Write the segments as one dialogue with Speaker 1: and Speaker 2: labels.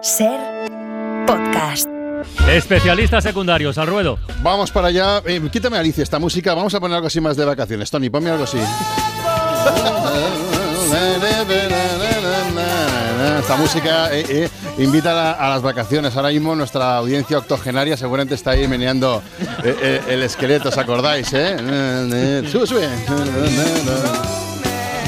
Speaker 1: Ser podcast.
Speaker 2: Especialistas secundarios, al ruedo.
Speaker 3: Vamos para allá. Eh, quítame Alicia esta música. Vamos a poner algo así más de vacaciones. Tony, ponme algo así. Esta música eh, eh, invita a, la- a las vacaciones. Ahora mismo nuestra audiencia octogenaria seguramente está ahí meneando eh, eh, el esqueleto, ¿os acordáis? eh? Sube, sube.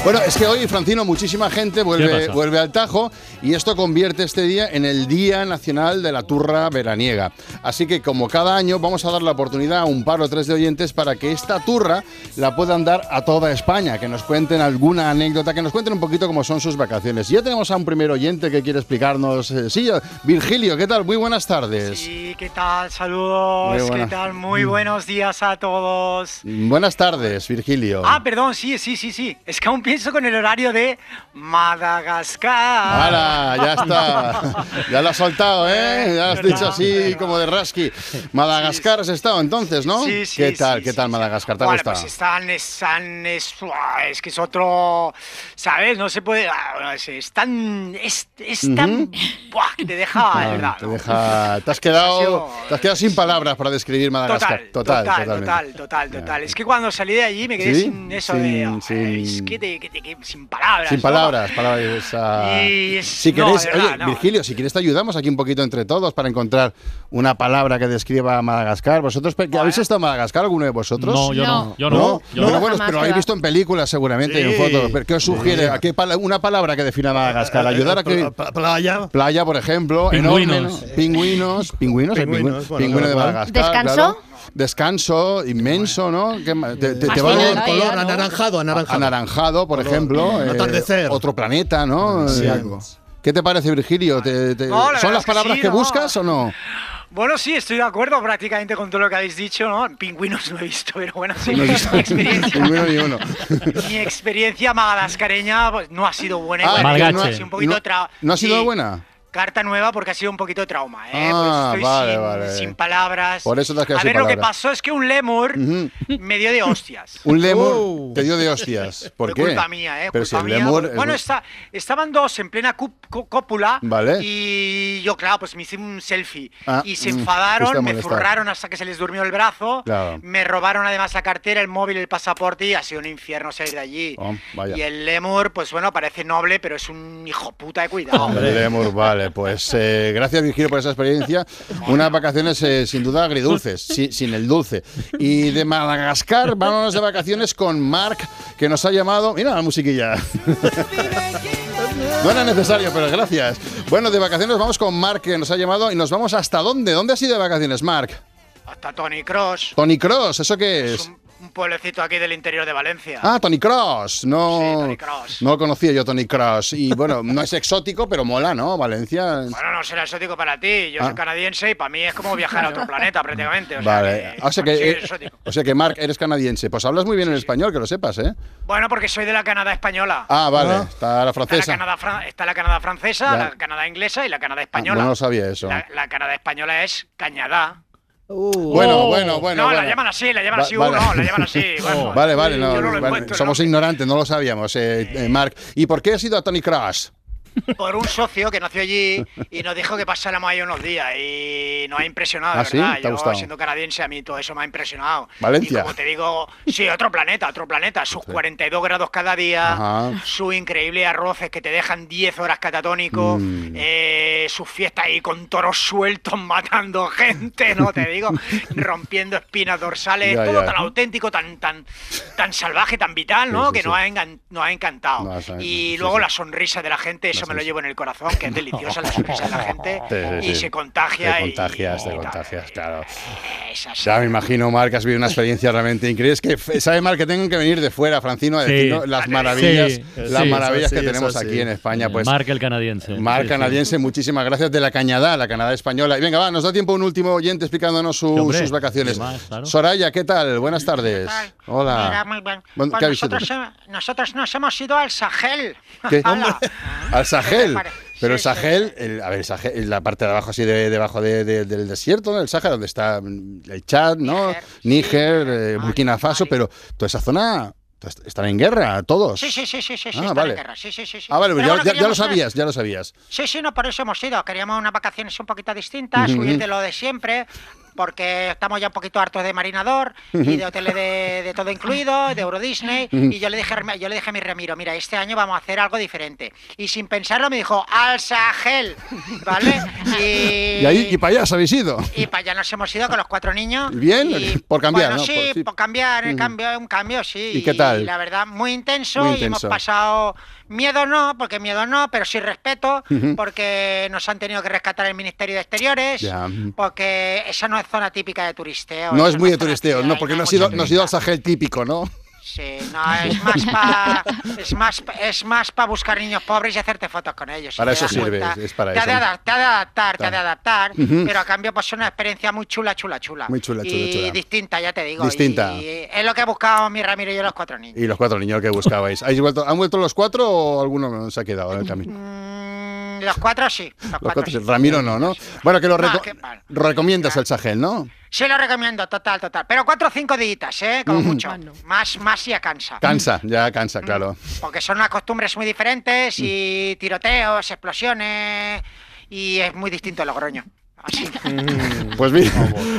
Speaker 3: Bueno, es que hoy, Francino, muchísima gente
Speaker 2: ¿Qué
Speaker 3: vuelve,
Speaker 2: pasa?
Speaker 3: vuelve al Tajo y esto convierte este día en el Día Nacional de la Turra Veraniega. Así que, como cada año, vamos a dar la oportunidad a un par o tres de oyentes para que esta turra la puedan dar a toda España, que nos cuenten alguna anécdota, que nos cuenten un poquito cómo son sus vacaciones. Ya tenemos a un primer oyente que quiere explicarnos. eh, sí, Virgilio, ¿qué tal? Muy buenas tardes.
Speaker 4: Sí, ¿qué tal? Saludos,
Speaker 3: Pues, Muy
Speaker 4: ¿qué
Speaker 3: buena. Mm.
Speaker 4: tal? Muy buenos días a todos.
Speaker 3: Buenas tardes, Virgilio.
Speaker 4: Ah, perdón, sí, sí, sí, sí. Es que aún pienso con el horario de
Speaker 3: Ah,
Speaker 4: Madagascar.
Speaker 3: ¡Hala! Ya
Speaker 4: Ah.
Speaker 3: está. Ya lo has soltado, ¿eh? Ya lo has
Speaker 4: ¿Verdad?
Speaker 3: dicho así
Speaker 4: ¿Verdad?
Speaker 3: como de rasqui. Madagascar has estado entonces, ¿no?
Speaker 4: Sí, sí,
Speaker 3: ¿Qué tal?
Speaker 4: sí,
Speaker 3: ¿Qué
Speaker 4: sí,
Speaker 3: tal
Speaker 4: sí.
Speaker 3: Madagascar? ¿Te ha
Speaker 4: Bueno,
Speaker 3: gustado?
Speaker 4: pues están, están, es, uah, es que es otro, ¿sabes? No se puede, ah, bueno, es, es tan, es, es tan, buah, que te deja, de
Speaker 3: Ah,
Speaker 4: verdad,
Speaker 3: te,
Speaker 4: ¿no?
Speaker 3: deja- te has quedado,
Speaker 4: sido-
Speaker 3: te has quedado sin palabras para describir Madagascar.
Speaker 4: Total, total, total,
Speaker 3: totalmente.
Speaker 4: total, total,
Speaker 3: Ya.
Speaker 4: Es que cuando salí de allí me quedé
Speaker 3: ¿Sí?
Speaker 4: sin eso de,
Speaker 3: Sin-
Speaker 4: ah, es
Speaker 3: sin-
Speaker 4: que, te- que te- que- sin palabras.
Speaker 3: Sin
Speaker 4: ¿no?
Speaker 3: palabras, palabras. ah.
Speaker 4: Y es-
Speaker 3: si
Speaker 4: no,
Speaker 3: queréis,
Speaker 4: de verdad,
Speaker 3: oye,
Speaker 4: no.
Speaker 3: Virgilio, si quieres te ayudamos aquí un poquito entre todos para encontrar una palabra que describa a Madagascar. ¿Vosotros pe- habéis estado en Madagascar alguno de vosotros?
Speaker 2: No, yo no.
Speaker 5: No.
Speaker 2: Yo no. yo
Speaker 3: pero
Speaker 2: no.
Speaker 3: bueno,
Speaker 5: Jamás,
Speaker 3: pero lo habéis
Speaker 5: ¿verdad?
Speaker 3: visto en películas seguramente, y en
Speaker 6: Sí.
Speaker 3: fotos. Pero, ¿Qué os sugiere?
Speaker 6: Sí. Eh,
Speaker 3: ¿A qué pala- una palabra que defina Madagascar? ¿Ayudar a que
Speaker 6: Pla- pla- Playa.
Speaker 3: playa, por ejemplo?
Speaker 2: Pingüinos.
Speaker 3: enorme, ¿no? Pingüinos. Pingüinos. hay
Speaker 6: Pingüinos,
Speaker 3: pingüi-
Speaker 6: bueno,
Speaker 3: pingüino de
Speaker 6: normal.
Speaker 3: Madagascar.
Speaker 5: ¿Descanso?
Speaker 3: claro. Descanso inmenso, ¿no? ¿Qué ma- te, te- te va a-
Speaker 5: Al
Speaker 6: color,
Speaker 5: final,
Speaker 6: color
Speaker 5: ¿no?
Speaker 6: anaranjado, anaranjado.
Speaker 3: anaranjado, por
Speaker 6: Color.
Speaker 3: ejemplo. eh,
Speaker 6: Un atardecer.
Speaker 3: Otro planeta, ¿no?
Speaker 6: Sí.
Speaker 3: Eh, algo. ¿Qué te parece, Virgilio? ¿Te- te-
Speaker 4: No, la verdad
Speaker 3: ¿Son las
Speaker 4: es que
Speaker 3: palabras
Speaker 4: sí,
Speaker 3: que
Speaker 4: no.
Speaker 3: buscas o no?
Speaker 4: Bueno, sí, estoy de acuerdo prácticamente con todo lo que habéis dicho, ¿no? Pingüinos no he visto, pero bueno, sí.
Speaker 3: No he visto
Speaker 4: Mi experiencia,
Speaker 3: ninguno ni uno.
Speaker 4: mi experiencia madagascareña pues, no ha sido buena.
Speaker 3: Ah,
Speaker 4: igual,
Speaker 3: que
Speaker 2: Malgache.
Speaker 4: no ha sido un poquito
Speaker 3: no-
Speaker 4: tra-
Speaker 3: ¿No ha sido
Speaker 4: sí,
Speaker 3: buena?
Speaker 4: Carta nueva porque ha sido un poquito trauma, ¿eh?
Speaker 3: Ah,
Speaker 4: Por eso estoy
Speaker 3: vale,
Speaker 4: sin,
Speaker 3: vale.
Speaker 4: sin palabras.
Speaker 3: Por eso te has quedado
Speaker 4: A
Speaker 3: sin
Speaker 4: ver, lo que
Speaker 3: palabras.
Speaker 4: pasó es que un lemur
Speaker 3: Ujú.
Speaker 4: me dio de hostias.
Speaker 3: Un lemur
Speaker 6: Oh.
Speaker 3: te dio de hostias. ¿Por
Speaker 4: Fue
Speaker 3: qué?
Speaker 4: culpa mía, ¿eh?
Speaker 3: Pero
Speaker 4: culpa
Speaker 3: si el
Speaker 4: mía,
Speaker 3: lemur.
Speaker 4: porque-
Speaker 3: es
Speaker 4: bueno,
Speaker 3: muy-
Speaker 4: esta- estaban dos en plena cu- cu- cópula.
Speaker 3: Vale.
Speaker 4: Y yo, claro, pues me hice un selfie.
Speaker 3: Ah,
Speaker 4: y se
Speaker 3: mm,
Speaker 4: enfadaron,
Speaker 3: fuiste a
Speaker 4: me
Speaker 3: molestar.
Speaker 4: zurraron hasta que se les durmió el brazo.
Speaker 3: Claro.
Speaker 4: Me robaron además la cartera, el móvil, el pasaporte. Y ha sido un infierno salir de allí.
Speaker 3: Oh, vaya.
Speaker 4: Y el lemur, pues bueno, parece noble, pero es un hijo puta de cuidado.
Speaker 3: El lemur, vale, pues eh, gracias Virgilio por esa experiencia. Unas vacaciones eh, sin duda agridulces, si- sin el dulce. Y de Madagascar, vámonos de vacaciones con Mark, que nos ha llamado. Mira la musiquilla. No era necesario, pero gracias. Bueno, de vacaciones vamos con Mark, que nos ha llamado y nos vamos hasta dónde. ¿Dónde has ido de vacaciones, Mark?
Speaker 4: Hasta Tony Cross.
Speaker 3: Tony Cross, ¿eso qué es?
Speaker 4: un, un pueblecito aquí del interior de Valencia.
Speaker 3: Ah, Tony Cross. No,
Speaker 4: Sí, Toni Kroos.
Speaker 3: no conocía yo Tony Cross. Y bueno, no es exótico, pero mola, ¿no? Valencia.
Speaker 4: Bueno, no será exótico para ti. Yo
Speaker 3: Ah.
Speaker 4: soy canadiense y para mí es como viajar a otro planeta prácticamente. O sea
Speaker 3: Vale.
Speaker 4: que-
Speaker 3: O sea, que,
Speaker 4: sí,
Speaker 3: eh,
Speaker 4: exótico.
Speaker 3: o sea que, Mark, eres canadiense. Pues hablas muy bien el español, que lo sepas, ¿eh?
Speaker 4: Bueno, porque soy de la Canadá española.
Speaker 3: Ah, vale.
Speaker 6: Ah.
Speaker 3: Está la
Speaker 4: está, la
Speaker 3: francesa.
Speaker 4: Canadá fran- está la Canadá francesa,
Speaker 3: Ya.
Speaker 4: la Canadá inglesa y la Canadá
Speaker 3: Ah,
Speaker 4: española.
Speaker 3: no lo sabía eso.
Speaker 4: La, la Canadá española es Cañadá.
Speaker 3: Bueno, bueno, bueno.
Speaker 4: Oh. no, la
Speaker 3: bueno.
Speaker 4: llaman así, la llaman
Speaker 3: Va-
Speaker 4: así,
Speaker 3: vale.
Speaker 4: uh, no, la llaman así. bueno.
Speaker 3: Vale, vale, no,
Speaker 4: Yo no lo
Speaker 3: vale,
Speaker 4: encuentro,
Speaker 3: somos
Speaker 4: ¿no?
Speaker 3: ignorantes, no lo sabíamos, eh, eh, Mark. ¿Y por qué has ido a Tony Cross?
Speaker 4: Por un socio que nació allí y nos dijo que pasáramos ahí unos días y nos ha impresionado,
Speaker 3: ¿Ah,
Speaker 4: de
Speaker 3: sí?
Speaker 4: verdad.
Speaker 3: ¿Te ha
Speaker 4: Yo,
Speaker 3: gustado?
Speaker 4: siendo canadiense, a mí todo eso me ha impresionado.
Speaker 3: Valencia.
Speaker 4: Y como te digo, sí, otro planeta, otro planeta. Sus 42 grados cada día,
Speaker 3: Ajá.
Speaker 4: sus increíbles arroces que te dejan 10 horas catatónico,
Speaker 3: Mm.
Speaker 4: eh, sus fiestas ahí con toros sueltos matando gente, ¿no? Te digo, rompiendo espinas dorsales,
Speaker 3: Ya,
Speaker 4: todo
Speaker 3: ya.
Speaker 4: tan auténtico, tan, tan, tan salvaje, tan vital,
Speaker 3: Sí,
Speaker 4: ¿no?
Speaker 3: sí,
Speaker 4: que
Speaker 3: sí.
Speaker 4: Nos, ha engan- nos ha encantado.
Speaker 3: No, eso es-
Speaker 4: y
Speaker 3: sí,
Speaker 4: luego
Speaker 3: sí.
Speaker 4: la sonrisa de la gente, eso me lo llevo en el corazón, que es deliciosa la sonrisa de la gente
Speaker 3: Sí, sí,
Speaker 4: y
Speaker 3: sí.
Speaker 4: se contagia.
Speaker 3: Te
Speaker 4: y-
Speaker 3: contagias,
Speaker 4: y
Speaker 3: te
Speaker 4: tal.
Speaker 3: contagias, claro.
Speaker 4: Es así.
Speaker 3: Ya me imagino, Marc, has vivido una experiencia realmente increíble. Es que f- sabe mal que tengan que venir de fuera, Francino, a
Speaker 2: Sí.
Speaker 3: decirnos las maravillas,
Speaker 2: Sí,
Speaker 3: las
Speaker 2: sí,
Speaker 3: maravillas
Speaker 6: eso sí,
Speaker 3: que tenemos
Speaker 6: eso sí.
Speaker 3: aquí en España. Pues
Speaker 2: Mark el canadiense.
Speaker 3: Mar
Speaker 2: Sí, sí.
Speaker 3: canadiense, muchísimas gracias de la Cañada, la Canadá española. Y venga, va, nos da tiempo un último oyente explicándonos su-
Speaker 2: Sí, hombre,
Speaker 3: sus vacaciones.
Speaker 2: y más, claro.
Speaker 3: Soraya, ¿qué tal? Buenas tardes.
Speaker 4: tal? Mira,
Speaker 3: Hola.
Speaker 4: muy bien.
Speaker 3: Bueno,
Speaker 4: Pues
Speaker 3: ¿qué habéis
Speaker 4: nosotros, he- nosotros nos hemos ido al Sahel.
Speaker 3: ¿Qué?
Speaker 4: Ala.
Speaker 3: Al Sahel.
Speaker 4: pare-
Speaker 3: Pero el
Speaker 4: Ah, Sí, sí,
Speaker 3: Sahel, el- a ver, el Sahel, en la parte de abajo, así de, debajo de- de- del desierto, ¿no? el Sahel, donde está mm, el Chad, ¿no?
Speaker 4: Níger, sí,
Speaker 3: Níger, eh,
Speaker 4: Mali,
Speaker 3: Burkina Faso,
Speaker 4: Mali.
Speaker 3: pero toda esa zona Est- Están en guerra todos.
Speaker 4: Sí, sí, sí, sí, sí, sí,
Speaker 3: Ah,
Speaker 4: están en
Speaker 3: vale.
Speaker 4: guerra, sí, sí, sí, sí.
Speaker 3: Ah, vale, pues
Speaker 4: Pero
Speaker 3: ya, ya- ya lo
Speaker 4: bueno, queríamos más.
Speaker 3: sabías, ya lo sabías.
Speaker 4: Sí, sí, no, por eso hemos ido. Queríamos unas vacaciones un poquito distintas,
Speaker 3: Ujú.
Speaker 4: huir de lo de siempre, porque estamos ya un poquito hartos de marinador y de hoteles de, de todo incluido, de Euro Disney. Y yo le dije, a Rami- yo le dije a mi Ramiro, mira, este año vamos a hacer algo diferente. Y sin pensarlo me dijo, al Sahel, ¿vale? Y,
Speaker 3: Y ahí y para allá habéis ido.
Speaker 4: y para allá nos hemos ido con los cuatro niños.
Speaker 3: ¿Y bien? Por cambiar,
Speaker 4: bueno,
Speaker 3: ¿no?
Speaker 4: Sí,
Speaker 3: Por-
Speaker 4: por,
Speaker 3: sí.
Speaker 4: cambiar, el cambio, un cambio, sí.
Speaker 3: ¿Y qué tal?
Speaker 4: la verdad, muy intenso,
Speaker 3: Muy
Speaker 4: y hemos
Speaker 3: intenso.
Speaker 4: pasado miedo no, porque miedo no, pero sí respeto, porque nos han tenido que rescatar el Ministerio de Exteriores,
Speaker 3: Ya.
Speaker 4: porque esa no es zona típica de turisteo.
Speaker 3: No
Speaker 4: eso
Speaker 3: es muy de
Speaker 4: zona
Speaker 3: turisteo,
Speaker 4: típica,
Speaker 3: no,
Speaker 4: ahí
Speaker 3: porque
Speaker 4: hay
Speaker 3: no ha
Speaker 4: mucha
Speaker 3: sido, no ha sido al
Speaker 4: turista.
Speaker 3: Sahel típico, ¿no?
Speaker 4: Sí, no, es más para es más, pa- es más pa buscar niños pobres y hacerte fotos con ellos. si
Speaker 3: Para
Speaker 4: te
Speaker 3: eso
Speaker 4: das
Speaker 3: sirve,
Speaker 4: cuenta.
Speaker 3: es para
Speaker 4: te
Speaker 3: eso.
Speaker 4: Ha de adap- te ha de adaptar, te ha de
Speaker 3: Claro.
Speaker 4: adaptar,
Speaker 3: Ujú.
Speaker 4: pero a cambio pues es una experiencia muy chula, chula, chula.
Speaker 3: Muy chula, chula,
Speaker 4: y
Speaker 3: chula.
Speaker 4: distinta, ya te digo.
Speaker 3: Distinta.
Speaker 4: Y es lo que ha buscado mi Ramiro y yo los cuatro niños.
Speaker 3: Y los cuatro niños que buscabais. ¿Habéis vuelto- ¿Han vuelto los cuatro o alguno se ha quedado en el camino?
Speaker 4: Mm, los cuatro sí. Los,
Speaker 3: Los
Speaker 4: cuatro,
Speaker 3: cuatro,
Speaker 4: sí.
Speaker 3: Ramiro no, ¿no? Bueno, que lo
Speaker 4: No,
Speaker 3: reco-
Speaker 4: qué mal.
Speaker 3: recomiendas el Sahel, ¿no?
Speaker 4: Sí, lo recomiendo, total, total. Pero cuatro o cinco días, ¿eh? Como mucho. Más, más ya cansa.
Speaker 3: Cansa, ya
Speaker 4: Mm.
Speaker 3: cansa, claro.
Speaker 4: Porque son unas costumbres muy diferentes
Speaker 3: Mm.
Speaker 4: y tiroteos, explosiones y es muy distinto el Logroño. Así.
Speaker 3: Pues mira,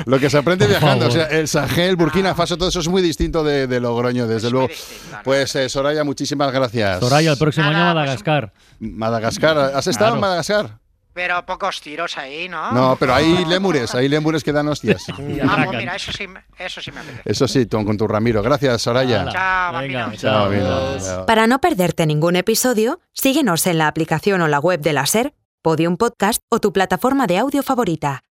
Speaker 3: lo que se aprende viajando, o
Speaker 2: favor.
Speaker 3: sea, el Sahel, Burkina Faso, todo eso es muy distinto de, de Logroño, desde
Speaker 4: Es muy
Speaker 3: luego.
Speaker 4: distinto, ¿no?
Speaker 3: Pues eh, Soraya, muchísimas gracias.
Speaker 2: Soraya, el próximo
Speaker 4: Nada,
Speaker 2: año
Speaker 4: pues-
Speaker 2: Madagascar.
Speaker 3: Madagascar, ¿has estado en
Speaker 2: Claro.
Speaker 3: Madagascar?
Speaker 4: Pero pocos tiros ahí, ¿no?
Speaker 3: No, pero hay lémures, hay lémures que dan hostias.
Speaker 2: Y
Speaker 4: Vamos,
Speaker 2: atracan.
Speaker 4: mira, eso sí, me- eso sí me apetece.
Speaker 3: Eso sí, tú- con tu Ramiro. Gracias, Soraya.
Speaker 2: Hala.
Speaker 4: Chao,
Speaker 2: Venga,
Speaker 4: papinos.
Speaker 2: chao.
Speaker 3: Mira, mira.
Speaker 1: Para no perderte ningún episodio, síguenos en la aplicación o la web de la SER, Podium Podcast o tu plataforma de audio favorita.